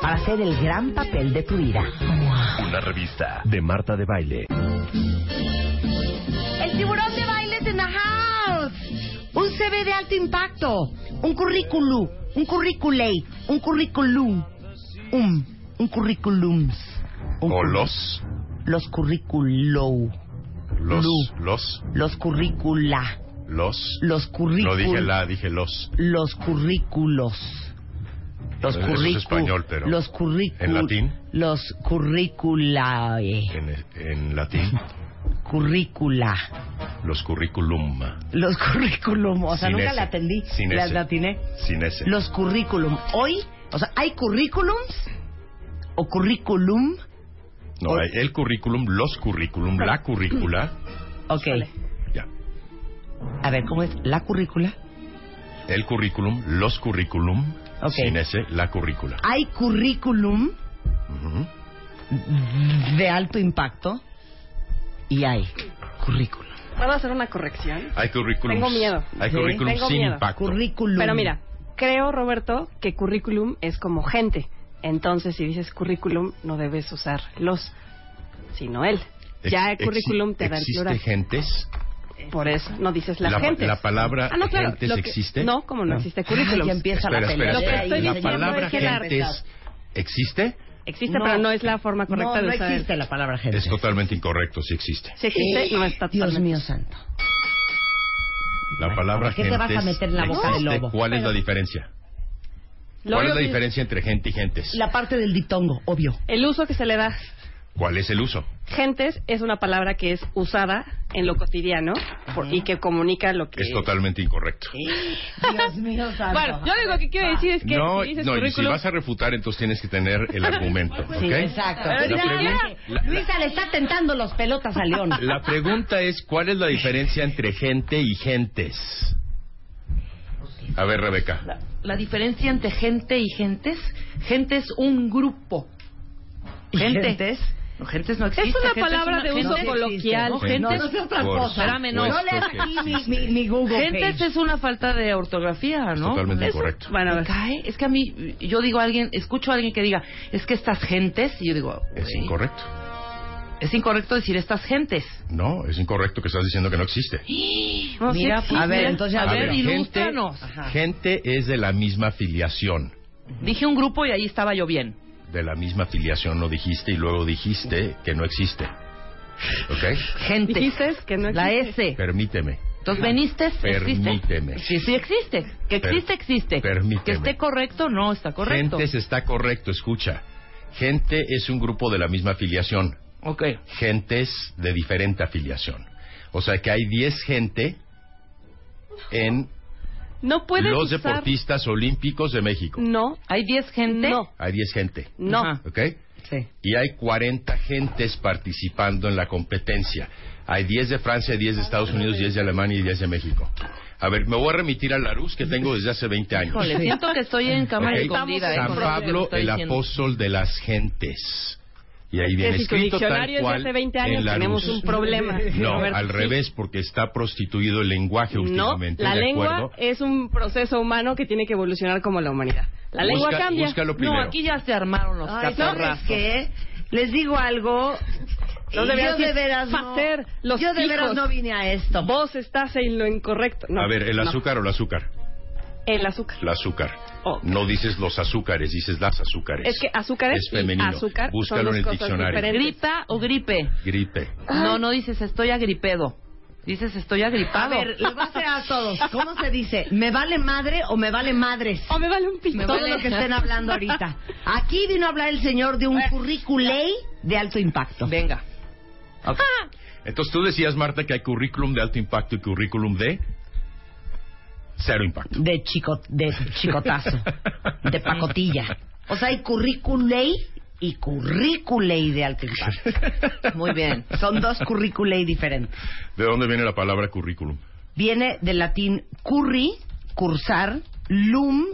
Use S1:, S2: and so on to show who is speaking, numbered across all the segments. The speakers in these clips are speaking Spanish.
S1: para hacer el gran papel de tu vida.
S2: Una revista de Marta de Baile.
S3: El tiburón de bailes en the house. Un CV de alto impacto. Un currículum. Un curriculate. Un curriculum. Un. Un curriculums. Un
S2: O los.
S3: curr- Los curriculo.
S2: Los.
S3: Lu.
S2: Los.
S3: Los currícula.
S2: Los.
S3: Los currículos.
S2: No dije la, dije los.
S3: Los currículos. Los
S2: Eso es
S3: currículos.
S2: español, pero-
S3: Los currículos.
S2: ¿En latín?
S3: Los eh, curriculae.
S2: En, e, en latín,
S3: currícula.
S2: los curriculum.
S3: Los currículum, o sea,
S2: Sin
S3: nunca
S2: ese.
S3: la atendí,
S2: Sin
S3: la
S2: ese.
S3: latiné.
S2: Sin ese.
S3: Los currículum. Hoy, o sea, hay currículums o currículum.
S2: No, hay el currículum, los currículum, la currícula.
S3: Ok.
S2: Ya.
S3: A ver, ¿cómo es? ¿La currícula?
S2: El currículum, los currículum.
S3: Ok.
S2: Sin ese, la currícula.
S3: Hay currículum
S2: Ujú.
S3: de alto impacto y hay currículum.
S4: ¿Puedo hacer una corrección?
S2: Hay currículum.
S4: Tengo miedo.
S2: Hay
S3: Sí.
S2: currículum
S4: Tengo
S2: sin
S4: miedo.
S2: impacto.
S3: Currículum.
S4: Pero mira, creo, Roberto, que currículum es como gente. Entonces, si dices currículum, no debes usar los, sino él. Ya el
S2: Ex-
S4: currículum
S2: exi-
S4: te da el plural.
S2: ¿Existe gentes?
S4: Por eso no dices la, gente.
S2: la palabra
S4: Ah, no, claro,
S2: gentes
S4: lo que-
S2: existe.
S4: No, como no, existe
S3: Ah,
S4: currículum.
S3: ya empieza
S2: Espera,
S3: la pelea.
S2: espera,
S4: Lo que
S2: espera.
S4: estoy
S2: La
S4: diciendo
S2: palabra
S4: es que la-
S2: gentes existe.
S4: Existe, pero no es la forma correcta
S3: no,
S4: de
S3: No
S4: usar.
S3: existe la palabra gente.
S2: Es totalmente incorrecto si existe.
S4: Si existe,
S1: Eh,
S4: no está
S3: Dios
S4: totalmente.
S3: mío santo.
S2: La palabra
S3: ¿por qué te
S2: gentes
S3: vas a meter en la boca del
S2: existe.
S3: lobo?
S2: ¿Cuál es la diferencia?
S4: Lo
S2: ¿Cuál es
S4: único
S2: la
S4: que-
S2: diferencia entre gente y gentes?
S3: La parte del ditongo, obvio.
S4: El uso que se le da.
S2: ¿Cuál es el uso?
S4: Gentes es una palabra que es usada en lo cotidiano por- y que comunica lo que
S2: Es totalmente incorrecto.
S3: Dios mío santo.
S4: Bueno, yo digo que quiero decir es que
S2: No,
S4: si dices
S2: no, y si
S4: currículum,
S2: vas a refutar, entonces tienes que tener el argumento, ¿ok?
S3: Sí, exacto.
S4: Pero
S2: La,
S4: ya,
S2: pregun- la-
S3: Luisa le está tentando los pelotas a León.
S2: la pregunta es, ¿cuál es la diferencia entre gente y gentes? A ver, Rebeca.
S5: La, la diferencia entre gente y gentes, gente es un grupo.
S3: ¿Y
S5: Gente.
S3: gentes?
S5: No, gentes no existe.
S4: es una
S5: gente
S4: palabra de
S5: gente
S4: uso
S5: existe.
S4: coloquial.
S5: No, gente
S3: No, no
S5: es-
S3: es otra
S2: Por
S3: cosa.
S5: Espérame, no.
S2: supuesto
S3: No leas
S2: que
S3: aquí mi,
S2: existe.
S3: mi, mi Google
S5: Gentes
S3: page.
S5: es una falta de ortografía, ¿no?
S2: Totalmente
S5: Eso-
S2: incorrecto.
S4: Bueno, a
S5: Me
S4: ver.
S5: cae. Es que a mí, yo digo a alguien, escucho a alguien que diga, es que estas gentes, y yo digo,
S2: Es
S5: "Güey,
S2: incorrecto.
S5: es incorrecto decir estas gentes.
S2: No, es incorrecto que estás diciendo que no existe.
S5: No,
S3: Mira,
S5: sí existe.
S3: a ver, entonces,
S5: a
S2: A
S5: ver,
S2: ver, gente-
S5: ilústranos.
S2: Gente es de la misma filiación.
S5: Dije un grupo y ahí estaba yo bien.
S2: De la misma filiación lo dijiste y luego dijiste que no existe. ¿Ok?
S5: Gente.
S4: dijiste que no
S5: la
S4: existe.
S5: S.
S2: Permíteme.
S5: Entonces, veniste,
S2: Permíteme.
S5: existe. Sí, sí existe. Que
S2: Per-
S5: existe, existe.
S2: permíteme.
S5: Que esté correcto, no está correcto.
S2: Gente está correcto, escucha. Gente es un grupo de la misma filiación.
S5: Ok.
S2: Gentes de diferente afiliación. O sea que hay 10 gente en
S4: No puedes
S2: los
S4: usar-
S2: deportistas olímpicos de México.
S4: No,
S5: ¿Hay 10 gente?
S4: no,
S2: Hay 10 gente.
S4: no.
S5: Ajá.
S2: ¿Ok?
S5: Sí.
S2: y hay 40 gentes participando en la competencia. Hay 10 de Francia, 10 de Estados Unidos, 10 de Alemania y 10 de México. A ver, me voy a remitir a la luz que tengo desde hace 20 años.
S5: Híjole, siento que estoy en cámara
S2: Ok.
S5: escondida. eh,
S2: San
S5: con lo que
S2: Pablo,
S5: estoy
S2: el
S5: diciendo.
S2: apóstol de las gentes. Y ahí
S4: Es
S2: viene
S4: que si tu
S2: escrito tal
S4: diccionario es de
S2: cual
S4: hace 20
S2: en
S4: años,
S2: la
S4: tenemos
S2: luz.
S4: un problema.
S2: No,
S4: Roberto,
S2: al
S4: sí.
S2: revés, porque está prostituido el lenguaje
S4: No,
S2: últimamente.
S4: la
S2: ¿de
S4: lengua eh,
S2: acuerdo?
S4: es un proceso humano que tiene que evolucionar como la humanidad. La lengua
S2: Busca-
S4: cambia.
S2: Búscalo
S5: No,
S2: primero.
S5: aquí ya se armaron los
S3: Ay, ¿sabes
S5: catorrazos.
S3: qué? Les digo algo.
S4: No
S3: y
S4: deberías
S3: yo de veras no,
S4: hacer los
S3: yo de veras
S4: hijos.
S3: no vine a esto.
S4: Vos estás en lo incorrecto. No,
S2: a ver, ¿el
S4: no.
S2: azúcar o el azúcar?
S4: El azúcar.
S2: El azúcar.
S4: Ok.
S2: No dices los azúcares, dices las azúcares.
S4: Oh. Es que azúcares
S2: Es
S4: y
S2: femenino.
S4: azúcar son
S2: Búscalo
S4: dos
S2: en el
S4: cosas
S2: diccionario.
S4: diferentes.
S5: ¿Gripa o gripe?
S2: Gripe.
S5: No, no dices estoy agripedo. Dices estoy
S1: A
S5: agripado.
S1: ver, les voy a hacer a todos. ¿Cómo se dice? ¿Me vale madre o me vale madres?
S4: O Oh, me vale un
S1: Me
S4: pito.
S1: todo lo que estén hablando ahorita. Aquí vino a hablar el señor de un curriculey de alto impacto.
S5: Venga.
S2: Entonces tú decías, Marta, que hay currículum de alto impacto y currículum de cero impacto.
S1: De chico, de chicotazo, de pacotilla. O sea, hay curriculey y curriculey de alto impacto. Muy bien. Son dos curriculey diferentes.
S2: ¿De dónde viene la palabra currículum?
S1: Viene del latín curri, cursar, lum,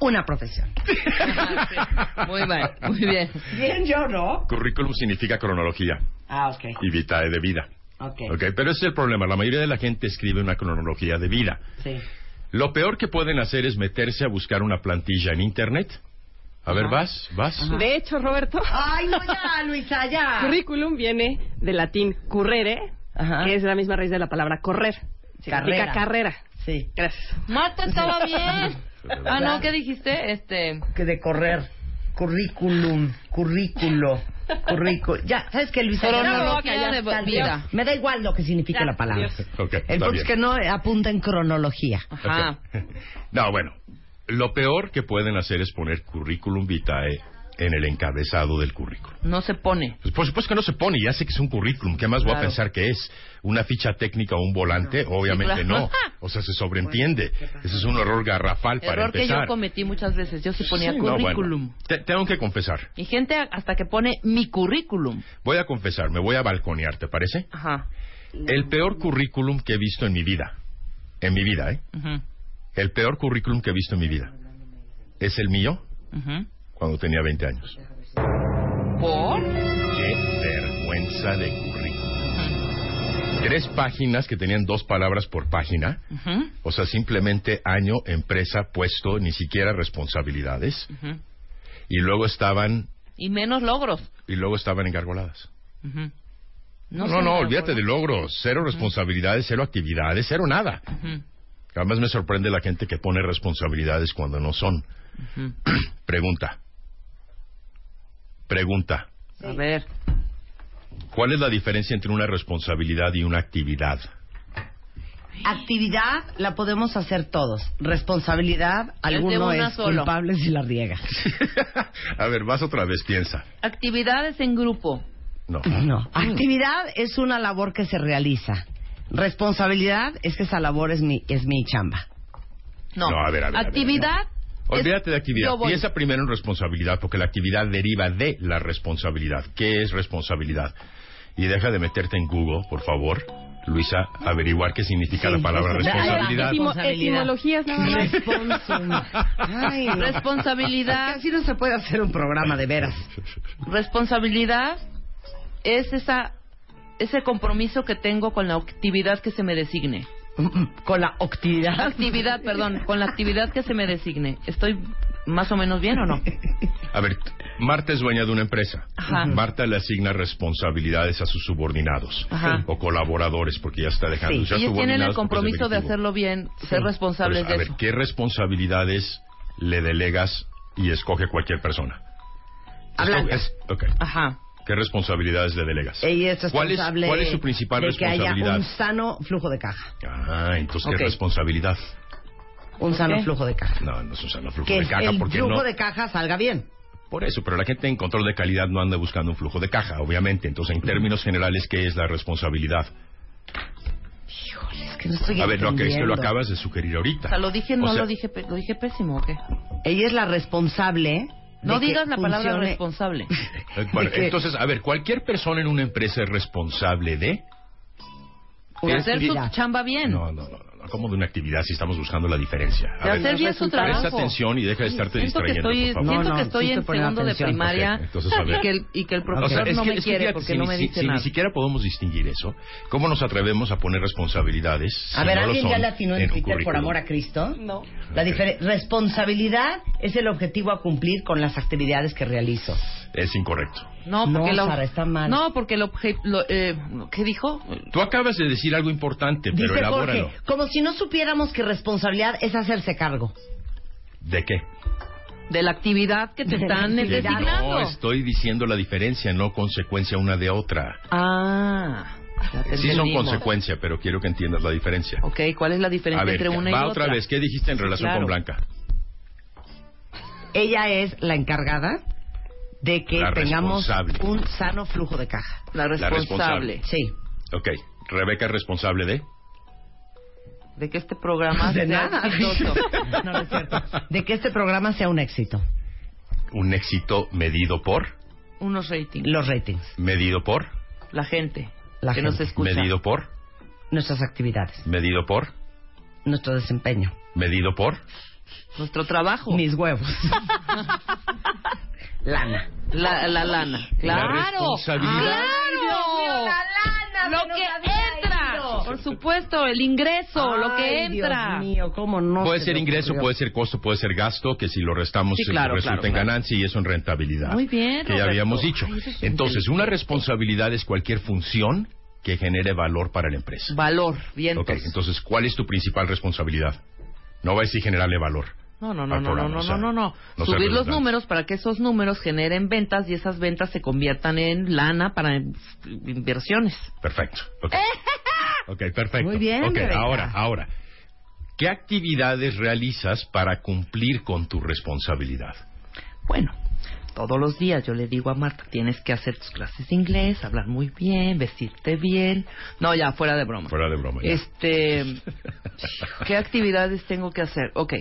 S1: una profesión.
S5: Ajá, sí. Muy mal, muy bien.
S1: Bien, yo no.
S2: Currículum significa cronología
S1: Ah, ok.
S2: y vitae de vida.
S1: Ok.
S2: Ok, pero ese es el problema. La mayoría de la gente escribe una cronología de vida.
S1: Sí.
S2: Lo peor que pueden hacer es meterse a buscar una plantilla en internet. A ver, vas, vas.
S4: De hecho, Roberto,
S1: Ay, no, ya, Luisa, ya.
S4: currículum viene del latín currere,
S1: Ajá.
S4: que es la misma raíz de la palabra correr. Significa
S1: Carrera.
S4: carrera.
S1: Sí.
S4: Gracias.
S5: Marta estaba bien.
S2: Pues,
S5: Ah, no, ¿qué dijiste? Este.
S1: Que de correr. Currículum, currículo, currículo. Ya, ¿sabes qué, Luisa? Ya
S5: Pero no
S1: me
S5: lo
S1: voy a
S5: que
S1: callar
S5: haya de
S1: hasta el
S5: vida.
S1: día. Me da igual lo que significa
S4: Ya,
S1: la palabra.
S4: Dios.
S2: Ok,
S1: El
S2: está
S1: punto es
S2: bien.
S1: que no eh, apunta en cronología.
S5: Ajá.
S2: No, bueno. Lo peor que pueden hacer es poner currículum vitae en el encabezado del currículum.
S5: No se pone.
S2: Pues por supuesto que no se pone, ya sé que es un currículum. ¿Qué más voy a
S5: Claro.
S2: pensar que es? ¿Una ficha técnica o un volante? Obviamente
S5: claro.
S2: no. O sea, se sobreentiende. Ese es un error garrafal para
S5: Error que yo
S2: empezar.
S5: cometí muchas veces. Yo sí ponía
S2: Sí, no, bueno.
S5: currículum.
S2: Te- tengo que confesar.
S5: Y gente hasta que pone mi currículum.
S2: Voy a confesar, me voy a balconear, ¿te parece?
S5: Ajá.
S2: El peor currículum que he visto en mi vida. En mi vida, ¿eh?
S5: Ujú,
S2: El peor currículum que he visto en mi vida. Es el mío
S5: ujú.
S2: cuando tenía 20 años.
S5: ¿Por?
S2: Qué vergüenza de currículum. Tres páginas que tenían dos palabras por página.
S5: Ujú,
S2: O sea, simplemente año, empresa, puesto, ni siquiera responsabilidades.
S5: ujú.
S2: Y luego estaban,
S5: Y menos logros.
S2: y luego estaban engargoladas.
S5: Ujú.
S2: No,
S5: sé,
S2: no, no,
S5: me
S2: olvídate de
S5: acuerdo.
S2: logros. Cero responsabilidades, cero actividades, cero nada.
S5: Ujú,
S2: Además me sorprende la gente que pone responsabilidades cuando no son.
S5: ujú.
S2: Pregunta. Pregunta.
S5: A ver.
S2: ¿Cuál es la diferencia entre una responsabilidad y una actividad?
S1: Actividad la podemos hacer todos. Responsabilidad, alguno
S5: una
S1: es
S5: solo.
S1: culpable si la riega.
S2: A ver, vas otra vez, piensa.
S5: Actividades en grupo.
S2: No.
S1: No. Actividad es una labor que se realiza. Responsabilidad es que esa labor es mi, es mi chamba.
S5: No.
S2: No, a ver, a ver, a ver.
S5: Actividad. es-
S2: Olvídate de actividad.
S5: Yo voy.
S2: Piensa primero en responsabilidad, porque la actividad deriva de la responsabilidad. ¿Qué es responsabilidad? Y deja de meterte en Google, por favor, Luisa, averiguar qué significa la palabra
S1: eso.
S2: responsabilidad.
S4: Etimo-
S5: Responsabilidad.
S4: etimologías nada más.
S1: Ay, no.
S5: Responsabilidad.
S1: Así no se puede hacer un programa de veras.
S5: Responsabilidad es esa ese compromiso que tengo con la actividad que se me designe.
S1: Mm, Con la actividad.
S5: Actividad, perdón, con la actividad que se me designe. ¿Estoy más o menos bien o no?
S2: A ver, Marta es dueña de una empresa.
S5: Ajá.
S2: Marta le asigna responsabilidades a sus subordinados
S5: Ajá.
S2: o colaboradores, porque ya está dejando.
S1: Sí,
S2: ya
S5: Ellos tienen el
S2: subordinados porque es
S5: compromiso de
S2: definitivo.
S5: hacerlo bien, ser responsables
S2: Pues, a
S5: de
S2: ver,
S5: eso.
S2: ¿qué responsabilidades le delegas y escoge cualquier persona?
S1: Hablando.
S2: Es- ok.
S5: Ajá.
S2: ¿Qué responsabilidades le delegas?
S5: eh.
S1: Ella es
S2: ¿Cuál es,
S1: responsable
S2: cuál es su principal
S1: de que haya
S2: responsabilidad?
S1: un sano flujo de caja.
S2: Ah, entonces,
S1: Ok.
S2: ¿qué responsabilidad?
S1: Un sano
S5: qué?
S1: flujo de caja.
S2: No, no es un sano flujo
S1: Que
S2: de caja,
S1: el
S2: porque
S1: flujo
S2: no...
S1: de caja salga bien.
S2: Por eso, pero la gente en control de calidad no anda buscando un flujo de caja, obviamente. Entonces, en términos generales, ¿qué es la responsabilidad?
S1: Es que no estoy
S2: A ver, lo que es que
S1: entendiendo.
S2: lo acabas de sugerir ahorita.
S5: O sea, lo dije, no
S2: O sea,
S5: lo dije, pe- lo dije pésimo, ¿o qué?
S1: Ella es la responsable. de
S5: No
S1: que
S5: digas la palabra
S1: funcione-
S5: responsable.
S2: eh, bueno,
S1: de que-
S2: entonces, a ver, cualquier persona en una empresa es responsable de...
S5: De hacer su
S1: actividad.
S5: chamba bien.
S2: No, no, no, no, como de una actividad si estamos buscando la diferencia. A
S5: de
S2: ver,
S5: hacer bien su
S1: resultados.
S5: trabajo.
S2: presta atención y deja de estarte
S5: siento que
S2: este distrayendo, por
S5: estoy,
S2: favor.
S1: No,
S5: siento
S1: no,
S5: que estoy
S1: sí
S5: en
S1: estoy poniendo
S5: segundo de
S1: atención.
S5: primaria
S2: Ok, entonces, a ver.
S5: y, que el, y que el
S2: O
S5: profesor
S2: sea, es
S5: no
S2: que,
S5: me
S2: es que
S5: quiere
S2: fíjate,
S5: porque
S2: si,
S5: no
S2: ni-
S5: me
S2: si-
S5: dice
S2: si
S5: nada.
S2: ni siquiera podemos distinguir eso, ¿cómo nos atrevemos a poner responsabilidades? si
S1: A ver,
S2: no lo
S1: ¿alguien
S2: son
S1: ya latinó en
S2: un
S1: Twitter por
S2: currículum?
S1: amor a Cristo?
S4: No.
S1: La difer- responsabilidad es el objetivo a cumplir con las actividades que realizo.
S2: Es incorrecto.
S5: No,
S1: No,
S5: porque la-
S1: Sara, está mal.
S5: No, porque el obje- lo, eh, ¿qué dijo?
S2: Tú acabas de decir algo importante, pero
S1: Dice
S2: elabóralo.
S1: Jorge, como si no supiéramos que responsabilidad es hacerse cargo.
S2: ¿De qué?
S5: de la actividad que te
S3: De la
S5: están
S3: actividad.
S5: designando.
S2: No, estoy diciendo la diferencia, no consecuencia una de otra.
S5: Ah, ya te
S2: Sí son
S5: entendimos.
S2: consecuencia, pero quiero que entiendas la diferencia.
S5: Ok, ¿cuál es la diferencia
S2: A ver,
S5: entre una y
S2: va
S5: otra?
S2: otra vez. ¿Qué dijiste en
S5: Sí,
S2: relación
S5: claro.
S2: con Blanca?
S1: Ella es la encargada de que
S2: La
S1: tengamos
S2: responsable.
S1: un sano flujo de caja.
S5: La responsable.
S2: responsable.
S1: Sí.
S2: Ok. Rebeca es responsable de...
S5: De que este programa
S1: De
S5: sea
S1: nada.
S5: exitoso.
S1: No, no es cierto. De que este programa sea un éxito.
S2: Un éxito medido por...
S5: Unos ratings.
S1: Los ratings,
S2: Medido por...
S5: La gente
S1: La
S5: que
S1: gente.
S5: nos escucha.
S2: Medido por...
S1: nuestras actividades,
S2: Medido por...
S1: nuestro desempeño,
S2: Medido por...
S5: Nuestro trabajo.
S1: mis huevos. Lana.
S5: La, la lana. Claro. Ah,
S2: La responsabilidad.
S5: ¡Claro! lo que entra. Por supuesto, el ingreso, lo que
S1: Ay,
S5: entra.
S1: Dios mío, cómo no.
S2: Puede
S1: se
S2: ser
S1: me
S2: ingreso, pues.
S1: ocurrió?
S2: puede ser costo, puede ser gasto, que si lo restamos
S5: Sí,
S2: eh,
S5: claro,
S2: resulta
S5: claro,
S2: en
S5: claro.
S2: ganancia y eso en rentabilidad.
S5: Muy bien,
S2: Que ya
S5: Roberto.
S2: habíamos dicho.
S5: Ay, eso es
S2: Entonces,
S5: inteligente.
S2: una responsabilidad es cualquier función que genere valor para la empresa.
S5: Valor, bien. pues.
S2: Ok, entonces, ¿cuál es tu principal responsabilidad? No va a decir generarle valor.
S5: No, no, no,
S2: al
S5: no, no,
S2: programa,
S5: no,
S2: o sea,
S5: no, no, no.
S2: no ser
S5: Subir los
S2: redundante.
S5: números para que esos números generen ventas y esas ventas se conviertan en lana para in- inversiones.
S2: Perfecto. Ok, Ok, perfecto.
S1: Muy bien,
S2: Ok,
S1: Rebeca.
S2: ahora, ahora. ¿Qué actividades realizas para cumplir con tu responsabilidad?
S5: Bueno, todos los días yo le digo a Marta, tienes que hacer tus clases de inglés, hablar muy bien, vestirte bien. No, ya, fuera de broma.
S2: Fuera de broma. ya.
S5: Este, ¿qué actividades tengo que hacer? Ok,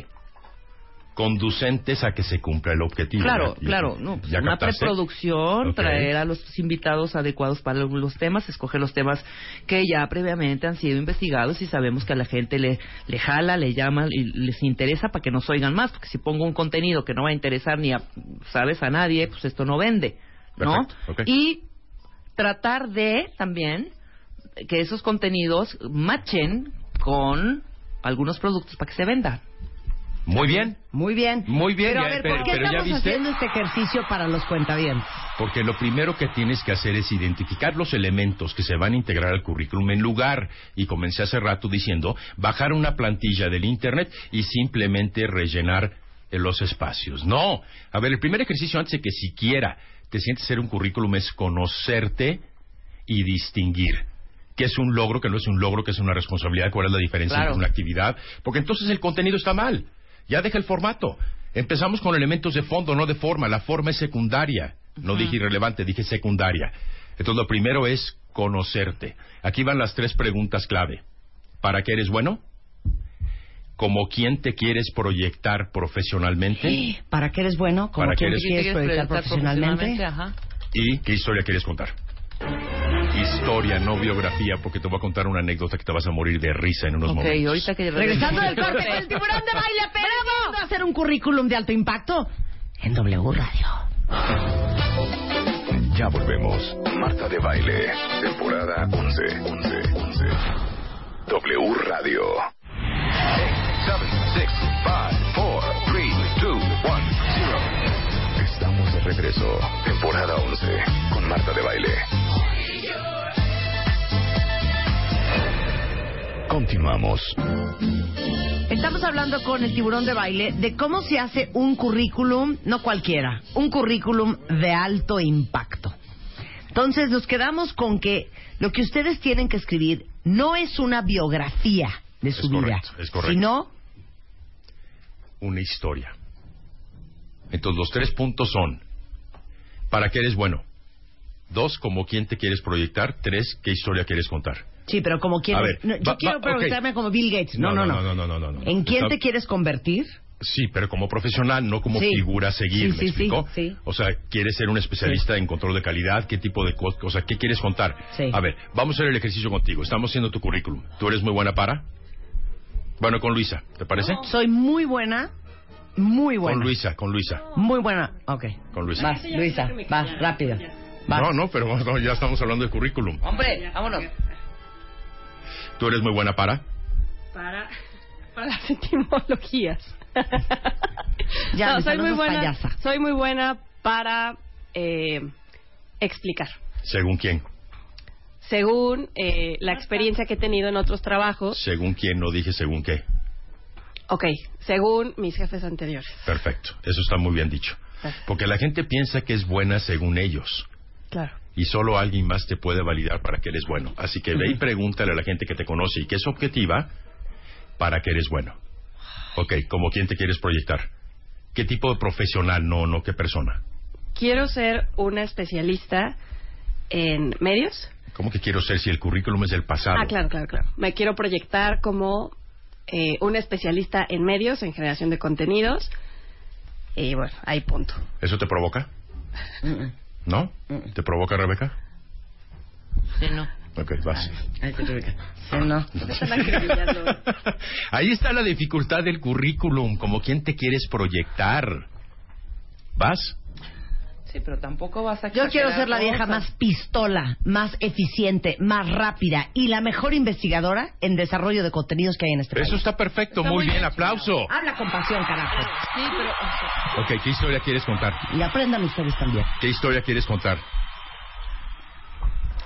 S2: conducentes a que se cumpla el objetivo.
S5: claro,
S2: ¿Ya- ya-
S5: claro, no, pues
S2: ¿ya
S5: una
S2: captaste?
S5: preproducción,
S2: Ok.
S5: traer a los invitados adecuados para los temas, escoger los temas que ya previamente han sido investigados y sabemos que a la gente le, le jala, le llama y les interesa para que nos oigan más, porque si pongo un contenido que no va a interesar ni a, sabes, a nadie, pues esto no vende, ¿no?
S2: Perfecto, ok.
S5: Y tratar de también que esos contenidos machen con algunos productos para que se vendan.
S2: Muy bien,
S1: Muy bien.
S2: Muy bien,
S1: Pero a
S2: ya,
S1: ver,
S2: pero-
S1: ¿por qué
S2: pero ya
S1: estamos
S2: viste.
S1: haciendo este ejercicio para los cuentavientes?
S2: porque lo primero que tienes que hacer es identificar los elementos que se van a integrar al currículum en lugar, y comencé hace rato diciendo, bajar una plantilla del Internet y simplemente rellenar eh, los espacios. No, a ver, el primer ejercicio antes de que siquiera te sientes ser un currículum es conocerte y distinguir qué es un logro, qué no es un logro, qué es una responsabilidad, cuál es la diferencia
S5: Claro.
S2: entre una actividad, porque entonces el contenido está mal. Ya deja el formato. Empezamos con elementos de fondo, no de forma. La forma es secundaria. No dije irrelevante, dije secundaria. Entonces lo primero es conocerte. Aquí van las tres preguntas clave. ¿Para qué eres bueno? ¿Como quién te quieres proyectar profesionalmente?
S1: ¿Para qué eres bueno? ¿Cómo
S2: ¿Para qué
S1: quién te
S2: eres-
S1: quieres proyectar profesionalmente?
S5: Ajá.
S2: ¿Y qué historia quieres contar? Historia, no biografía, porque te voy a contar una anécdota que te vas a morir de risa en unos
S5: Ok,
S2: momentos.
S5: ahorita que
S1: Regresando del corte con el tiburón de baile, pero vamos a hacer un currículum de alto impacto en W Radio.
S6: Ya volvemos. Marta de Baile, temporada 11, 11, 11. W Radio. 7, 6, 5, 4, 3, 2, 1, 0. Estamos de regreso. Temporada 11 con Marta de Baile. Continuamos.
S1: Estamos hablando con el tiburón de baile de cómo se hace un currículum, no cualquiera, un currículum de alto impacto. Entonces nos quedamos con que lo que ustedes tienen que escribir no es una biografía de su
S2: Es
S1: vida,
S2: correcto, es correcto.
S1: sino
S2: una historia. Entonces los tres puntos son, ¿para qué eres bueno? Dos, ¿como quién te quieres proyectar? Tres, ¿qué historia quieres contar?
S1: sí, pero como
S2: A
S1: quieres.
S2: ver,
S1: no, yo
S2: va- va-
S1: quiero
S2: ok.
S1: preguntarme como Bill Gates. No, no, no.
S2: no, no, no, no, no.
S1: ¿En quién
S2: Está-
S1: te quieres convertir?
S2: Sí, pero como profesional, no como
S1: Sí.
S2: figura a
S1: Sí,
S2: seguir, ¿me
S1: sí, sí,
S2: explicó?
S1: sí.
S2: O sea, ¿quieres ser un especialista en control de calidad? ¿Qué tipo de cosas? O sea, ¿qué quieres contar?
S1: Sí.
S2: A ver, vamos a hacer el ejercicio contigo. Estamos haciendo tu currículum. ¿Tú eres muy buena para? Bueno, con Luisa, ¿te parece?
S1: Soy muy buena, muy buena.
S2: Con Luisa, con Luisa,
S1: Muy buena. Ok.
S2: con Luisa.
S4: Este
S1: Vas, Luisa, vas, rápido. Vas.
S2: No, no, pero no, ya estamos hablando de currículum.
S5: Hombre, vámonos.
S2: Tú eres muy buena para.
S4: Para, para las etimologías.
S1: Ya,
S4: no,
S1: Luisa,
S4: soy
S1: no
S4: muy
S1: seas
S4: buena.
S1: payasa.
S4: Soy muy buena para eh, explicar.
S2: Según quién.
S1: Ah,
S4: Según eh, la experiencia que he tenido en otros trabajos,
S2: Según quién, no dije según qué.
S4: Ok, según mis jefes anteriores.
S2: Perfecto, eso está muy bien dicho. Porque la gente piensa que es buena según ellos.
S4: Claro.
S2: Y solo alguien más te puede validar para que eres bueno. Así que ve y pregúntale a la gente que te conoce y que es objetiva para que eres bueno. Ok, como quién te quieres proyectar. ¿Qué tipo de profesional? No, no, qué persona.
S4: Quiero ser una especialista en medios.
S2: ¿Cómo que quiero ser si el currículum es del pasado?
S4: Ah, claro, claro, claro. Me quiero proyectar como eh, una especialista en medios, en generación de contenidos. Y bueno, ahí punto.
S2: ¿Eso te provoca? ¿No? ¿Te provoca, Rebeca?
S5: Sí, no.
S2: Ok, vas.
S3: Ay, te tuve que- Sí, no.
S2: Ahí está la dificultad del currículum, como quién te quieres proyectar. ¿Vas?
S5: Sí, pero tampoco vas a...
S1: Yo quiero ser la vieja más pistola, más eficiente, más rápida y la mejor investigadora en desarrollo de contenidos que hay en este
S2: Eso
S1: país.
S2: está perfecto, muy bien, aplauso.
S1: Habla con pasión, carajo.
S5: Sí, pero...
S2: Ok, ¿qué historia quieres contar?
S1: Y aprendan ustedes también.
S2: ¿Qué historia quieres contar?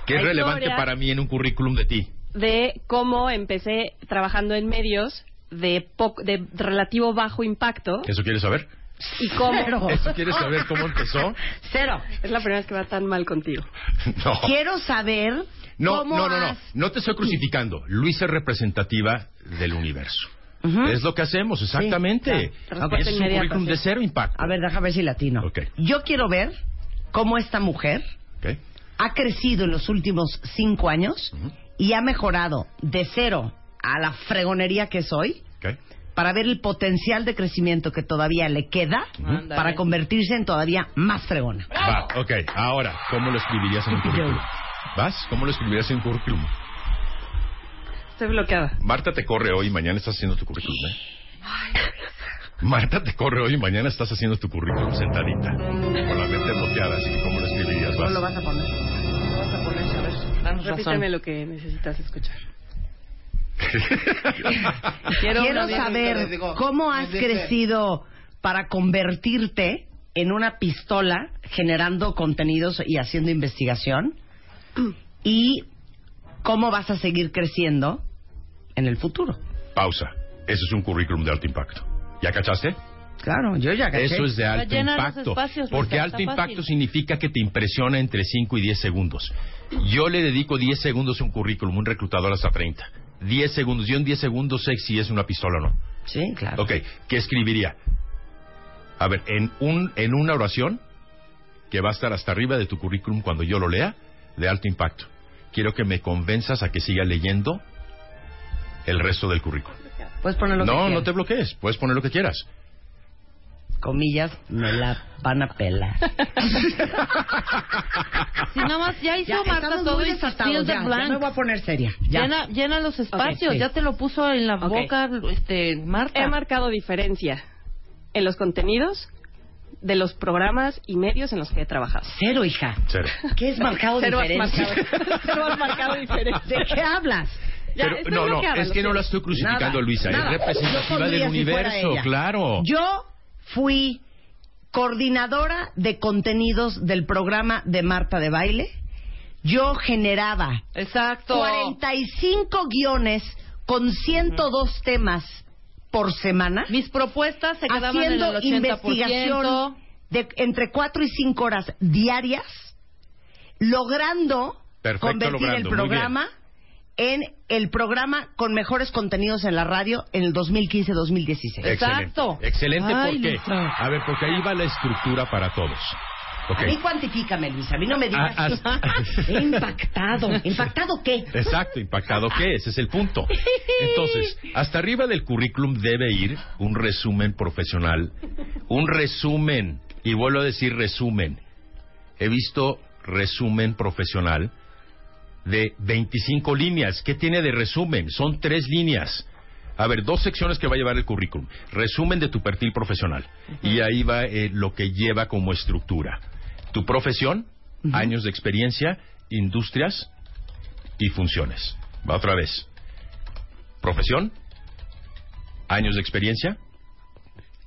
S2: ¿Qué es
S4: La
S2: relevante
S4: historia-
S2: para mí en un currículum de ti?
S4: de cómo empecé trabajando en medios de, poc- de relativo bajo impacto
S2: ¿Eso quieres saber?
S4: y cómo...
S1: Cero.
S2: ¿Eso quieres saber cómo empezó?
S1: Cero.
S4: Es la primera vez que va tan mal contigo.
S2: No.
S1: Quiero saber
S2: No,
S1: cómo
S2: no, no, no,
S1: has-
S2: no te estoy crucificando. Luis es representativa del universo. Es lo que hacemos, exactamente.
S4: claro.
S2: Ok, es un
S4: Inmediata,
S2: currículum
S4: sí.
S2: de cero impacto.
S1: A ver, déjame ver si latino.
S2: Ok.
S1: Yo quiero ver cómo esta mujer
S2: Ok.
S1: ha crecido en los últimos cinco años y ha mejorado de cero a la fregonería que es hoy
S2: ok.
S1: para ver el potencial de crecimiento que todavía le queda
S5: Ándale.
S1: para convertirse en todavía más fregona.
S2: Va, ok. Ahora, ¿cómo lo escribirías en un currículum? ¿Vas? ¿Cómo lo escribirías en un currículum?
S4: Estoy bloqueada.
S2: Marta te corre hoy y mañana estás haciendo tu currículum, ¿eh? Marta te corre hoy y mañana estás haciendo tu currículum sentadita. Con la mente bloqueada, así que ¿cómo lo escribirías? Vas.
S1: a poner.
S5: Danos
S4: Repíteme
S5: razón.
S4: lo que necesitas escuchar.
S1: Quiero,
S4: una vieja-
S1: saber cómo has crecido para convertirte en una pistola generando contenidos y haciendo investigación y cómo vas a seguir creciendo en el futuro.
S2: Pausa. Eso es un currículum de alto impacto. ¿Ya cachaste?
S1: Claro, yo ya caché.
S2: Eso es de alto
S7: llena los
S2: impacto.
S7: espacios, Luisa,
S2: porque
S7: está
S2: alto impacto
S7: fácil.
S2: significa que te impresiona entre 5 y 10 segundos. Yo le dedico 10 segundos a un currículum, un reclutador hasta 30. 10 segundos. Yo en 10 segundos sé si es una pistola o no.
S1: Sí, claro.
S2: Ok, ¿qué escribiría? A ver, en, un, en una oración que va a estar hasta arriba de tu currículum cuando yo lo lea, de alto impacto. Quiero que me convenzas a que siga leyendo el resto del currículum.
S1: Puedes poner lo que
S2: No,
S1: quieras.
S2: no te bloquees, puedes poner lo que quieras.
S1: Comillas, me la van a pelar.
S7: Si nada más ya hizo Marta
S1: estamos
S7: todo
S1: muy
S7: y
S1: desatados,
S7: fill the
S1: ya, ya
S7: blank.
S1: me voy a poner seria. Ya.
S7: Llena, llena los espacios,
S1: sí.
S7: ya te lo puso en la
S4: Ok.
S7: boca este Marta.
S5: Ah.
S4: He marcado diferencia en los contenidos de los programas y medios en los que he trabajado.
S1: Cero, hija.
S2: Cero.
S1: ¿Qué es marcado
S4: Cero has
S1: diferencia?
S4: marcado- cero has marcado diferencia.
S1: ¿De qué hablas?
S4: Ya,
S2: Pero-
S4: estoy
S2: no, no,
S4: bloqueada,
S2: es
S4: lo
S2: que no
S4: siento.
S2: la estoy crucificando,
S1: Nada,
S2: Luisa.
S1: nada. Yo
S2: Es representativa
S1: pondría
S2: del
S1: si fuera
S2: universo,
S1: ella.
S2: claro.
S1: Yo fui coordinadora de contenidos del programa de Marta de Baile. Yo generaba
S5: Exacto.
S1: 45 guiones con 102 temas por semana,
S7: Mis propuestas se quedaban
S1: haciendo
S7: en el 80%.
S1: investigación de entre 4 y 5 horas diarias, logrando
S2: Perfecto,
S1: convertir
S2: logrando,
S1: el
S2: muy
S1: programa en el programa con mejores contenidos en la radio en el 2015-2016.
S2: Eh,
S7: Exacto.
S2: Excelente,
S7: Ay,
S2: ¿por qué?
S7: Luisa.
S2: A ver, porque ahí va la estructura para todos. Ok.
S1: A mí cuantifícame, Luis. A mí no me digas.
S2: Ah, ah,
S1: He impactado. ¿Impactado qué?
S2: Exacto, impactado qué, ese es el punto. Entonces, hasta arriba del currículum debe ir un resumen profesional, un resumen, y vuelvo a decir resumen. He visto resumen profesional de 25 líneas. ¿Qué tiene de resumen? Son tres líneas. A ver, dos secciones que va a llevar el currículum. Resumen de tu perfil profesional. Y ahí va eh, lo que lleva como estructura. Tu profesión, años de experiencia, industrias, y funciones. Va otra vez. Profesión, años de experiencia,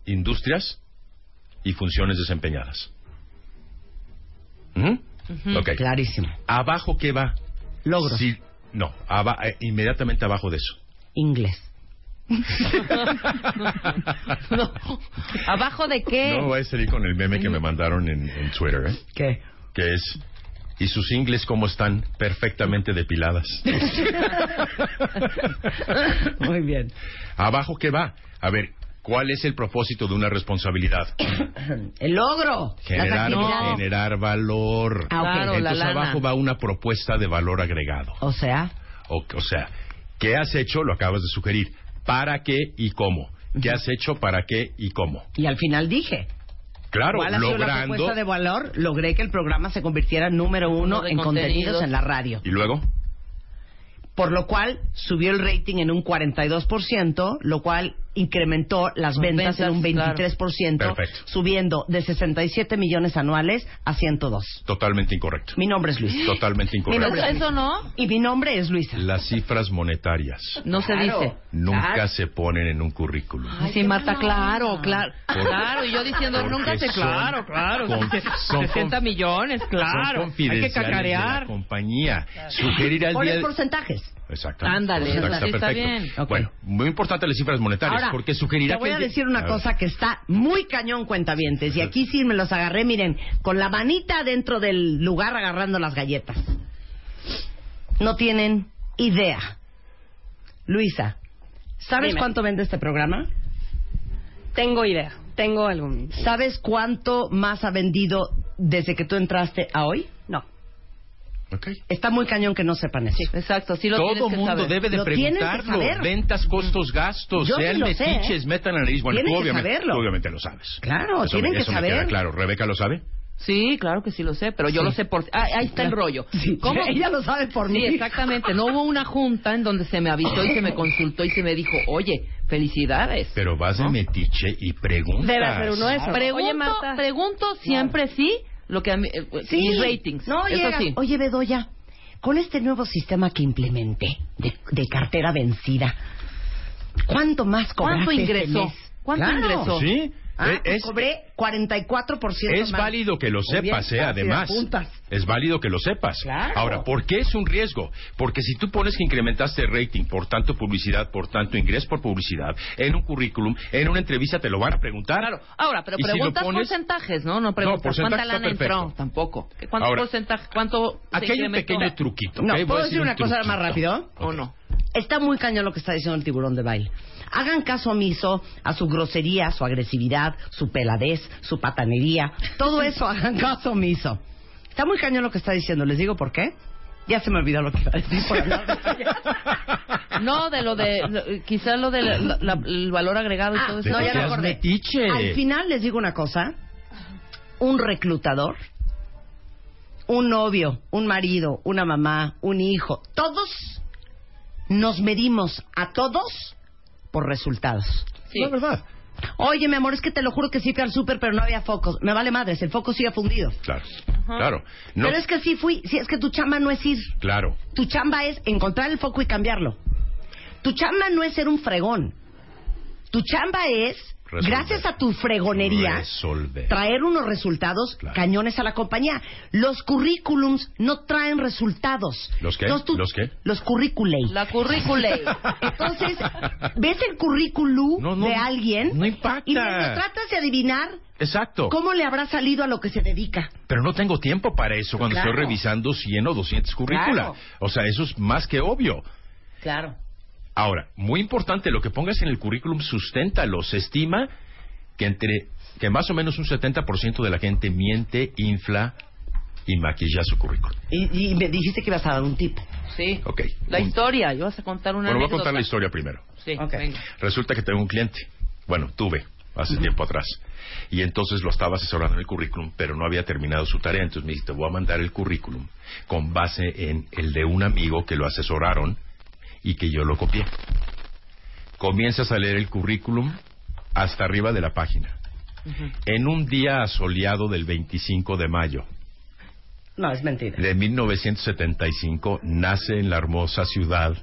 S2: industrias y funciones desempeñadas. ¿Mm? Ok.
S1: Clarísimo.
S2: ¿Abajo qué va?
S1: Logros.
S2: Si- no, aba- eh, inmediatamente abajo de eso.
S1: Inglés.
S7: No. ¿Abajo de qué?
S2: No voy a salir con el meme que me mandaron en, en Twitter, ¿eh?
S1: ¿Qué?
S2: que es ¿Y sus ingles cómo están? Perfectamente depiladas.
S1: Muy bien.
S2: ¿Abajo qué va? A ver, ¿cuál es el propósito de una responsabilidad?
S1: El logro.
S2: Generar,
S1: Las actividades.
S2: generar valor.
S1: Ah, ok.
S7: Claro, la
S2: Entonces
S7: lana.
S2: abajo va una propuesta de valor agregado.
S1: O sea,
S2: O, o sea, ¿qué has hecho? Lo acabas de sugerir. ¿Para qué y cómo? ¿Qué has hecho? ¿Para qué y cómo?
S1: y al final dije.
S2: Claro,
S1: ¿Cuál ha sido la
S2: logrando.
S1: propuesta de valor? Logré que el programa se convirtiera en número uno
S7: Uno de
S1: en contenidos
S7: contenidos.
S1: en la radio.
S2: Y luego,
S1: Por lo cual subió el rating en un 42%, lo cual incrementó
S7: Las
S1: las ventas, en un
S7: ventas,
S1: 23%,
S2: Perfecto.
S1: subiendo de 67 millones anuales a 102.
S2: totalmente incorrecto.
S1: Mi nombre es Luis.
S2: Totalmente
S7: Mira,
S2: incorrecto.
S7: eso no,
S1: Y mi nombre es Luisa.
S2: Las cifras monetarias.
S7: no
S1: Claro. Ah,
S7: se dice.
S2: nunca
S4: Ah,
S7: Claro.
S2: se ponen en un currículum.
S7: sí, Marta, claro, claro.
S2: Por-
S7: Claro, y yo diciendo,
S2: porque
S7: nunca se.
S2: son-
S7: Claro, claro.
S2: con- son
S7: 60
S2: con-
S7: millones, claro.
S2: Son
S7: Hay que
S2: confidenciales de
S7: cacarear.
S2: la compañía. Sugerir al día.
S1: Pones
S2: de-
S1: porcentajes.
S2: Exacto.
S7: Ándale,
S2: Está, está
S7: sí, está
S2: perfecto.
S7: bien.
S1: Ok.
S2: Bueno, muy importante las cifras monetarias,
S1: Ahora,
S2: porque sugerirá
S1: Te voy
S2: que
S1: a
S2: el día-
S1: decir una
S2: ver,
S1: cosa que está muy cañón, cuentavientes. Y aquí sí me los agarré, miren, con la manita dentro del lugar agarrando las galletas. No tienen idea. Luisa, ¿sabes
S4: Dime.
S1: cuánto vende este programa?
S4: Tengo idea, tengo algún...
S1: ¿Sabes cuánto más ha vendido desde que tú entraste a hoy?
S4: No,
S2: ok.
S1: Está muy cañón que no sepan eso.
S7: Exacto, sí lo
S2: Todo
S7: tienes que
S2: mundo
S7: saber.
S2: debe de
S1: Lo tienes que
S2: preguntarlo.
S1: saber. Mm.
S2: Ventas, costos, gastos,
S1: Yo sí
S2: sean
S1: lo sé,
S2: metiches,
S1: ¿eh?
S2: metan a la nariz. Bueno,
S1: Tienen
S2: tú
S1: que
S2: obviamente,
S1: saberlo.
S2: tú obviamente lo sabes.
S1: Claro,
S2: Eso me-
S1: tienen que
S2: eso me queda
S1: saber.
S2: claro. ¿Rebeca lo sabe?
S7: Sí, claro que sí lo sé, pero yo
S1: Sí.
S7: lo sé por... Ah, ahí está el rollo.
S1: Sí,
S7: ¿Cómo?
S1: Ella lo sabe por mí.
S7: Sí, exactamente. No hubo una junta en donde se me avisó y se me consultó y se me dijo, oye, felicidades.
S2: Pero vas de metiche y preguntas.
S4: debe hacer uno de esos.
S7: Pregunto,
S4: Oye, Marta,
S7: pregunto siempre sí lo que a mí, eh,
S1: Sí.
S7: mis ratings.
S1: No,
S7: eso
S1: llega.
S7: sí.
S1: Oye, Bedoya, con este nuevo sistema que implementé de, de cartera vencida, ¿cuánto más cobraste
S7: ¿Cuánto
S1: este
S7: ingresó?
S1: mes?
S7: ¿Cuánto
S1: Claro.
S7: ingresó?
S2: ¿Sí?
S1: Ah,
S2: Eh,
S1: pues
S2: es-
S1: cobré 44%
S2: Es
S1: más.
S2: válido que lo
S1: Muy bien,
S2: sepas, eh,
S1: gracias,
S2: además.
S1: puntas.
S2: Es válido que lo sepas.
S1: Claro.
S2: Ahora, ¿por qué es un riesgo? Porque si tú pones que incrementaste rating por tanto publicidad, por tanto ingreso por publicidad, en un currículum, en una entrevista te lo van a preguntar.
S7: Claro. Ahora, pero
S2: Y si lo
S7: preguntas
S2: pones-
S7: porcentajes, ¿no? No preguntas
S2: porcentaje
S7: cuánta
S2: está
S7: lana
S2: perfecto.
S7: entró, tampoco. ¿Qué- ¿Cuánto
S2: Ahora,
S7: porcentaje? ¿Cuánto se
S2: Aquí hay un
S7: incrementó?
S2: pequeño truquito. ¿ok?
S1: No,
S2: Voy a
S1: ¿puedo decir
S2: un
S1: una cosa
S2: truquito.
S1: más rápido?
S7: ¿O
S2: Ok.
S7: no?
S1: Está muy cañón lo que está diciendo el tiburón de baile. Hagan caso omiso a su grosería, su agresividad, su peladez, su patanería. Todo eso hagan caso omiso. Está muy cañón lo que está diciendo. ¿Les digo por qué? Ya se me olvidó lo que iba a decir por hablar de-
S7: No, de lo de... lo- quizá lo del valor agregado y
S1: Ah,
S7: todo eso.
S2: ¿De
S1: no,
S2: qué
S1: ya
S2: te
S1: me
S2: has
S1: acordé.
S2: metiche?
S1: Al final les digo una cosa. Un reclutador, un novio, un marido, una mamá, un hijo, todos nos medimos a todos por resultados.
S7: Sí.
S2: No, verdad.
S1: Oye, mi amor, es que te lo juro que sí fui al súper, pero no había focos. Me vale madres, el foco sigue fundido.
S2: Claro. Claro. No,
S1: Pero es que sí fui, sí, es que tu chamba no es ir.
S2: Claro.
S1: Tu chamba es encontrar el foco y cambiarlo. Tu chamba no es ser un fregón. Tu chamba es,
S2: Resolver.
S1: gracias a tu fregonería,
S2: Resolver.
S1: traer unos resultados
S2: Claro.
S1: cañones a la compañía. Los currículums no traen resultados.
S2: ¿Los qué?
S1: Entonces
S2: ¿Los qué?
S1: Los currículei.
S7: La currícula.
S1: Entonces, ves el currículum
S2: No, no,
S1: de alguien
S2: no impacta.
S1: y luego tratas de adivinar
S2: Exacto.
S1: cómo le habrá salido a lo que se dedica.
S2: Pero no tengo tiempo para eso cuando
S1: Claro.
S2: estoy revisando 100 o 200 currícula.
S1: Claro.
S2: O sea, eso es más que obvio.
S1: Claro.
S2: Ahora, muy importante, lo que pongas en el currículum, susténtalo. Se estima que entre que más o menos un 70% de la gente miente, infla y maquilla su currículum.
S1: Y, y me dijiste que ibas a dar un tipo.
S7: Sí.
S2: Ok.
S7: La
S2: Un-
S7: historia. Yo vas a contar una
S2: Bueno, voy a
S7: anécdota.
S2: contar la historia primero.
S7: Sí,
S1: Ok.
S7: venga.
S2: Resulta que tengo un cliente. Bueno, tuve hace tiempo atrás. Y entonces lo estaba asesorando en el currículum, pero no había terminado su tarea. Entonces me dijo, te voy a mandar el currículum con base en el de un amigo que lo asesoraron y que yo lo copié. Comienzas a leer el currículum hasta arriba de la página. En un día asoleado del 25 de mayo
S1: No, es mentira.
S2: de 1975 nace en la hermosa ciudad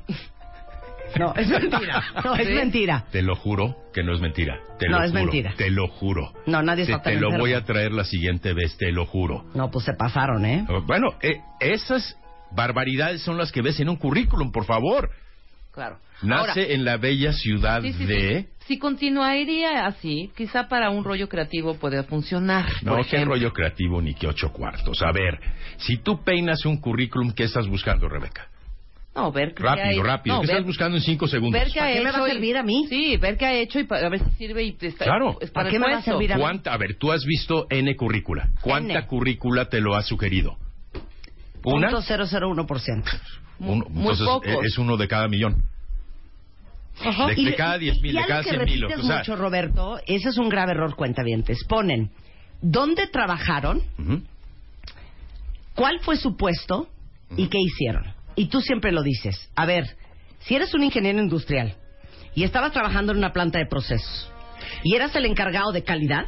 S1: No, es mentira. No, es
S7: ¿Sí?
S1: mentira.
S2: Te lo juro que no es mentira. Te
S1: No,
S2: lo
S1: es
S2: juro,
S1: mentira.
S2: Te lo juro.
S1: No, nadie
S2: Te-
S1: está tan
S2: Te lo
S1: enfermo.
S2: voy a traer la siguiente vez, te lo juro. Oh,
S1: No, pues se pasaron, ¿eh?
S2: Bueno, eh, esas barbaridades son las que ves en un currículum, por favor.
S5: claro.
S2: Nace
S5: Ahora,
S2: en la bella ciudad
S5: sí, sí,
S2: de...
S5: sí. Si continuaría así, quizá para un rollo creativo podría funcionar.
S2: No,
S5: por
S2: qué
S5: ejemplo.
S2: rollo creativo ni qué ocho cuartos. A ver, si tú peinas un currículum, ¿qué estás buscando, Rebeca?
S5: No, ver qué
S2: Rápido,
S5: hay-
S2: rápido.
S5: no,
S2: ¿Qué
S5: ver-
S2: estás buscando en cinco segundos?
S5: Ver qué ha
S1: ¿Para qué
S5: hecho
S1: me va a
S5: y-
S1: servir a mí?
S5: Sí, ver qué ha hecho y pa- a ver si sirve y te está-
S2: Claro.
S5: es
S1: ¿Para
S5: para
S1: qué me va a
S5: puesto.
S1: servir a mí?
S2: ¿Cuánta- a ver, tú has visto N currícula. ¿Cuánta
S1: N.
S2: currícula te lo ha sugerido? ¿Una?
S1: Punto 001%.
S5: Mu-
S2: Uno.
S5: muy
S2: Entonces,
S5: pocos.
S2: e- es uno de cada millón. De, de
S1: Y-
S2: cada diez mil,
S1: y
S2: de cada
S1: algo que
S2: cien mil.
S1: repites
S2: o sea,
S1: mucho, Roberto, ese es un grave error, cuentavientes. Ponen, ¿dónde trabajaron?
S2: ujú.
S1: ¿Cuál fue su puesto? ¿Y qué hicieron? Y tú siempre lo dices. A ver, si eres un ingeniero industrial y estabas trabajando en una planta de procesos y eras el encargado de calidad,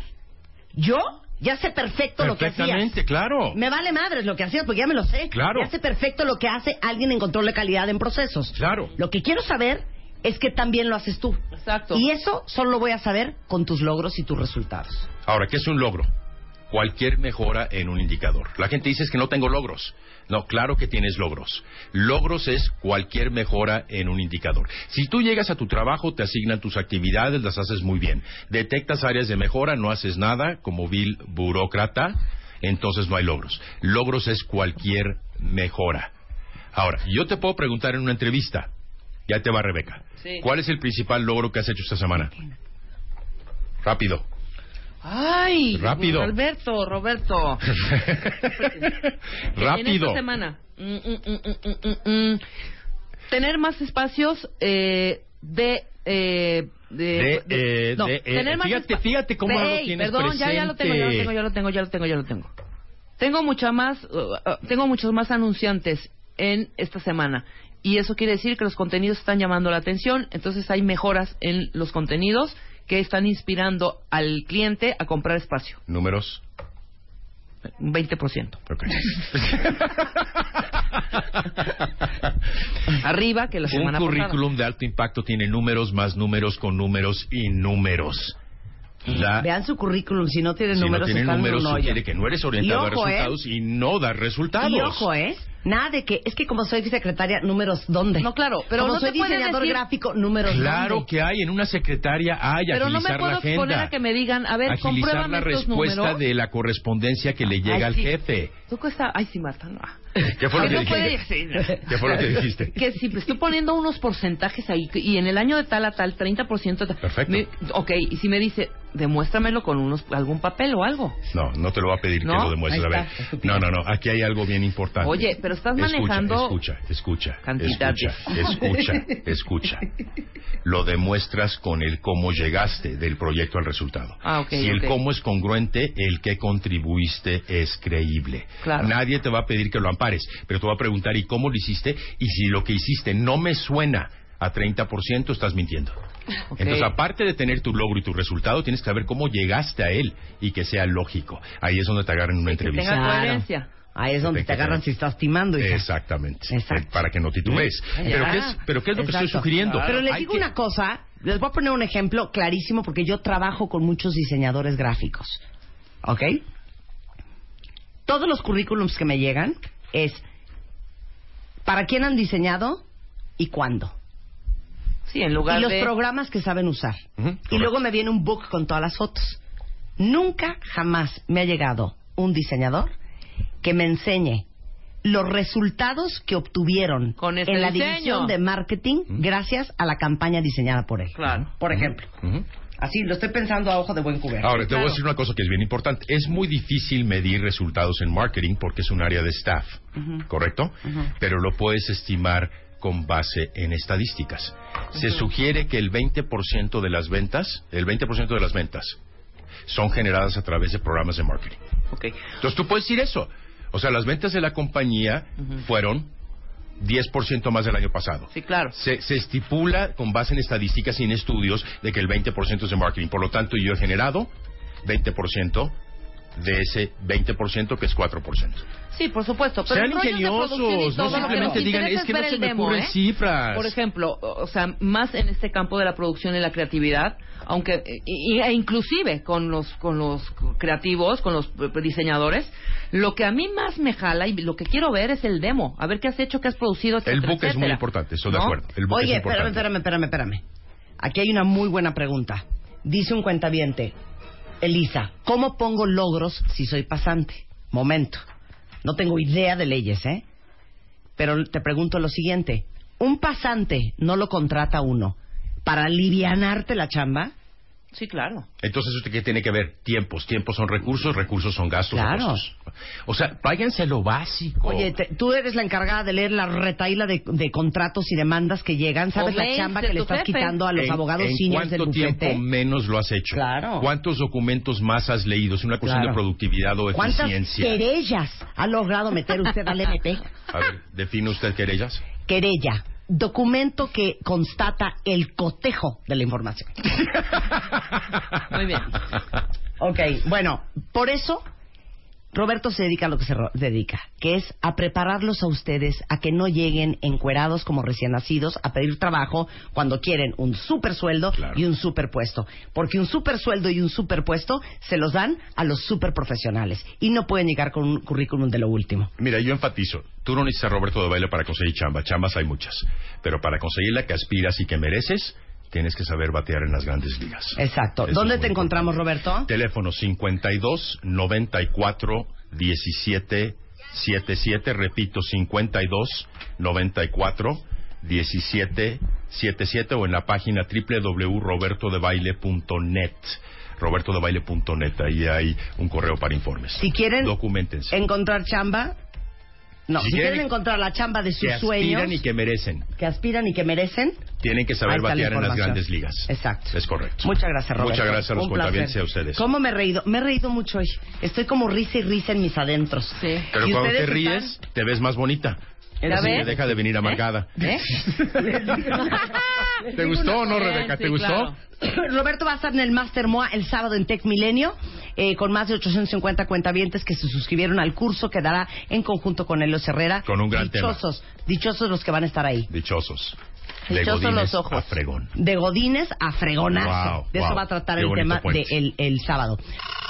S1: yo ya sé perfecto lo que hacías.
S2: Perfectamente, claro.
S1: Me vale madres lo que hacías porque ya me lo sé.
S2: Claro.
S1: Ya sé perfecto lo que hace alguien en control de calidad en procesos.
S2: Claro.
S1: Lo que quiero saber es que también lo haces tú.
S5: Exacto.
S1: Y eso solo lo voy a saber con tus logros y tus resultados.
S2: Ahora, ¿qué es un logro? Cualquier mejora en un indicador. La gente dice es que no tengo logros. No, claro que tienes logros. Logros es cualquier mejora en un indicador. Si tú llegas a tu trabajo, te asignan tus actividades, las haces muy bien. Detectas áreas de mejora, no haces nada como vil burócrata, entonces no hay logros. Logros es cualquier mejora. Ahora, yo te puedo preguntar en una entrevista, ya te va Rebeca,
S5: Sí.
S2: ¿cuál es el principal logro que has hecho esta semana? Rápido.
S5: Ay,
S2: Rápido.
S5: Roberto, Roberto. En
S2: Rápido.
S5: esta semana. Mm, mm, mm, mm, mm, mm, mm. Tener más espacios eh, de... eh, de,
S2: De, eh, de, eh, fíjate,
S5: espa-
S2: fíjate cómo no lo
S5: ey,
S2: tienes
S5: Perdón, ya, ya lo tengo, ya lo
S2: presente.
S5: tengo, ya lo tengo, ya lo tengo, ya lo tengo. Tengo mucha más, uh, uh, tengo muchos más anunciantes en esta semana y eso quiere decir que los contenidos están llamando la atención, entonces hay mejoras en los contenidos que están inspirando al cliente a comprar espacio,
S2: Números.
S5: un 20%.
S2: Ok.
S5: Arriba que la
S2: Un
S5: semana pasada.
S2: currículum de alto impacto tiene números más números con números y números.
S5: Mm,
S2: Da-
S1: Vean su currículum, si no tiene
S2: Ah. si no
S1: números,
S2: tiene
S1: están en
S2: números,
S1: un hoyo.
S2: sugiere que no eres orientado
S1: Y ojo,
S2: a
S1: ¿eh?
S2: resultados y no da resultados.
S1: Y ojo, ¿eh? Nada de que, es que como soy secretaria, números, ¿dónde?
S5: No, claro, pero
S1: como
S5: no
S1: soy
S5: te pueden
S1: diseñador
S5: decir-
S1: gráfico, números,
S2: Claro
S1: ¿dónde?
S2: que hay, en una secretaria hay
S5: Pero no me
S2: agilizar la
S5: puedo
S2: agenda.
S5: poner a que me digan, a ver,
S2: agilizar
S5: compruébame
S2: la
S5: estos
S2: respuesta
S5: números.
S2: de la correspondencia que le llega
S5: Ay,
S2: al
S5: sí.
S2: jefe.
S5: Tú cuesta, ay sí, Marta, no.
S2: ¿Qué fue lo
S5: Que
S2: que
S5: no
S2: dijiste?
S5: puede- sí, no.
S2: ¿Qué fue lo que dijiste?
S5: que si estoy poniendo unos porcentajes ahí que- y en el año de tal a tal 30% tal,
S2: Perfecto.
S5: me- ok y si me dice demuéstramelo con unos algún papel o algo
S2: No, no te lo va a pedir
S5: No,
S2: que lo demuestres. A
S5: ahí
S2: ver,
S5: está.
S2: no, no, no. Aquí hay algo bien importante.
S5: Oye, pero estás
S2: Escucha,
S5: manejando
S2: Escucha, escucha,
S5: cantidades.
S2: escucha, escucha, escucha. Lo demuestras con el cómo llegaste del proyecto al resultado.
S5: Ah, ok,
S2: si el
S5: ok.
S2: cómo es congruente, el que contribuiste es creíble.
S5: Claro.
S2: Nadie te va a pedir que lo ampares, pero te va a preguntar ¿y cómo lo hiciste? Y si lo que hiciste no me suena a 30%, estás mintiendo.
S5: Ok.
S2: Entonces, aparte de tener tu logro y tu resultado, tienes que saber cómo llegaste a él y que sea lógico. Ahí es donde te agarran en una
S5: que
S2: entrevista.
S5: tenga coherencia
S1: Ahí es donde te agarran si estás timando. hija.
S2: Exactamente.
S1: Exacto.
S2: Eh, Para que no titubees. Pero ¿qué es, pero ¿qué es lo que
S1: Exacto.
S2: estoy sugiriendo?
S1: Pero les
S2: Hay
S1: digo
S2: que-
S1: una cosa, les voy a poner un ejemplo clarísimo porque yo trabajo con muchos diseñadores gráficos. ¿Ok? Todos los currículums que me llegan es para quién han diseñado y cuándo.
S5: sí en lugar
S1: y los
S5: de
S1: programas que saben usar.
S2: Ujú,
S1: Y
S2: correcto.
S1: luego me viene un book con todas las fotos. Nunca, jamás me ha llegado un diseñador que me enseñe los resultados que obtuvieron
S5: Con este
S1: en la
S5: diseño.
S1: división de marketing gracias a la campaña diseñada por él.
S5: Claro.
S1: Por ejemplo.
S2: Ujú.
S1: Así, lo estoy pensando a ojo de buen cubero.
S2: Ahora, te voy a decir una cosa que es bien importante. Es muy difícil medir resultados en marketing porque es un área de staff, ¿correcto? Pero lo puedes estimar con base en estadísticas. Se sugiere que el 20% de las ventas, el 20% de las ventas, son generadas a través de programas de marketing.
S5: Ok.
S2: Entonces tú puedes decir eso. O sea, las ventas de la compañía fueron 10% más del año pasado.
S5: sí claro
S2: Se, se estipula con base en estadísticas y en estudios de que el 20% es de marketing. Por lo tanto, yo he generado 20% de ese 20% que es 4%.
S4: Sí, por supuesto. Pero
S2: Sean
S4: en rollos de
S2: ingeniosos,
S4: producción y
S2: no
S4: todo, lo que
S2: simplemente
S4: nos
S2: digan,
S4: interesa
S2: es que no
S4: ver
S2: se
S4: el
S2: me
S4: demo,
S2: ocurren
S4: ¿eh?
S2: cifras.
S4: Por ejemplo, o o sea, más en este campo de la producción y la creatividad, aunque y- y- e inclusive con los con los creativos, con los eh, diseñadores, lo que a mí más me jala y lo que quiero ver es el demo, a ver qué has hecho, qué has producido, etcétera,
S2: El book es muy
S4: etcétera.
S2: importante, estoy de
S4: ¿No?
S2: acuerdo. El book
S1: Oye,
S2: es
S1: espérame,
S2: importante.
S1: espérame, espérame, espérame. Aquí hay una muy buena pregunta. Dice un cuentaviente, Elisa, ¿cómo pongo logros si soy pasante? Momento. No tengo idea de leyes, ¿eh? Pero te pregunto lo siguiente. Un pasante no lo contrata uno para alivianarte la chamba.
S4: Sí, claro.
S2: Entonces, ¿usted qué tiene que ver? Tiempos. Tiempos son recursos, recursos son gastos. o
S1: Claro.
S2: costos. O sea, váyanse a lo básico.
S1: Oye, te- tú eres la encargada de leer la retaíla de, de contratos y demandas que llegan. ¿Sabes
S4: O
S1: la
S4: mails
S1: chamba
S4: de
S1: que le
S4: tu
S1: estás
S4: jefe.
S1: quitando a los
S2: ¿En-
S1: abogados
S2: ¿En
S1: seniors del
S2: cuánto tiempo
S1: bufete?
S2: menos lo has hecho?
S1: Claro.
S2: ¿Cuántos documentos más has leído? ¿Es una cuestión
S1: Claro.
S2: de productividad o
S1: ¿Cuántas
S2: eficiencia?
S1: querellas ha logrado meter usted al MP?
S2: A ver, define usted querellas.
S1: Querella, documento que constata el cotejo de la información.
S4: Muy bien.
S1: Ok, bueno, por eso Roberto se dedica a lo que se ro- dedica, que es a prepararlos a ustedes a que no lleguen encuerados como recién nacidos a pedir trabajo cuando quieren un super sueldo
S2: Claro.
S1: y un super puesto. Porque un super sueldo y un super puesto se los dan a los super profesionales y no pueden llegar con un currículum de lo último.
S2: Mira, yo enfatizo, tú no necesitas a Roberto de Baile para conseguir chamba, chambas hay muchas, pero para conseguir la que aspiras y que mereces, tienes que saber batear en las grandes ligas.
S1: Exacto.
S2: Eso
S1: ¿Dónde
S2: es muy
S1: te encontramos,
S2: importante.
S1: Roberto?
S2: Teléfono 52 94 17 77, repito, 52 94 17 77 o en la página www.robertodebaile.net. Robertodebaile.net, ahí hay un correo para informes.
S1: Si quieren
S2: Documentense.
S1: encontrar chamba, no,
S2: Si
S1: si,
S2: quieren
S1: quieren
S2: que-
S1: encontrar la chamba de
S2: que
S1: sus
S2: aspiran
S1: sueños,
S2: y que merecen.
S1: que aspiran y que merecen,
S2: Tienen que
S1: Ahí
S2: saber
S1: está la
S2: batear en las
S1: información.
S2: grandes ligas.
S1: Exacto.
S2: Es correcto.
S1: Muchas gracias, Roberto.
S2: Muchas gracias a los
S1: Un placer.
S2: cuentavientes y a ustedes.
S1: ¿Cómo me he reído? Me he reído mucho hoy. Estoy como risa y risa en mis adentros.
S4: Sí.
S2: Pero
S1: ¿Y
S2: cuando te
S1: ustedes
S2: ríes, te ves más bonita.
S1: ¿Ya
S2: Así que
S1: ves?
S2: deja de venir amargada.
S1: ¿Eh?
S2: ¿Te gustó o no, Rebeca? ¿Te
S4: Sí,
S2: gustó?
S4: claro.
S1: Roberto va a estar en el Master MOA el sábado en Tech Milenio eh, con más de 850 cuentavientes que se suscribieron al curso que dará en conjunto con Elio Herrera.
S2: Con un gran tema.
S1: dichosos, Dichosos los que van a estar ahí.
S2: Dichosos.
S1: Dichosos
S2: de Godínez
S1: los ojos.
S2: a fregón.
S1: De Godines a Fregonazo.
S2: Wow,
S1: de eso
S2: wow.
S1: va a tratar
S2: Qué
S1: el
S2: bonito
S1: tema
S2: puente.
S1: de el, el sábado.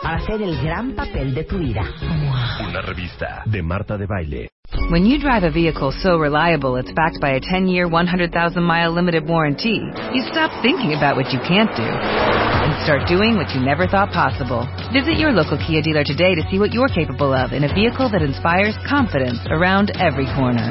S8: para hacer el gran papel de tu vida.
S9: Una revista de Marta de Baile.
S5: When you drive a vehicle so reliable it's backed by a 10 year, 100,000 mile limited warranty, you stop thinking about what you can't do and start doing what you never thought possible. Visit your local Kia dealer today to see what you're capable of in a vehicle that inspires confidence around every corner.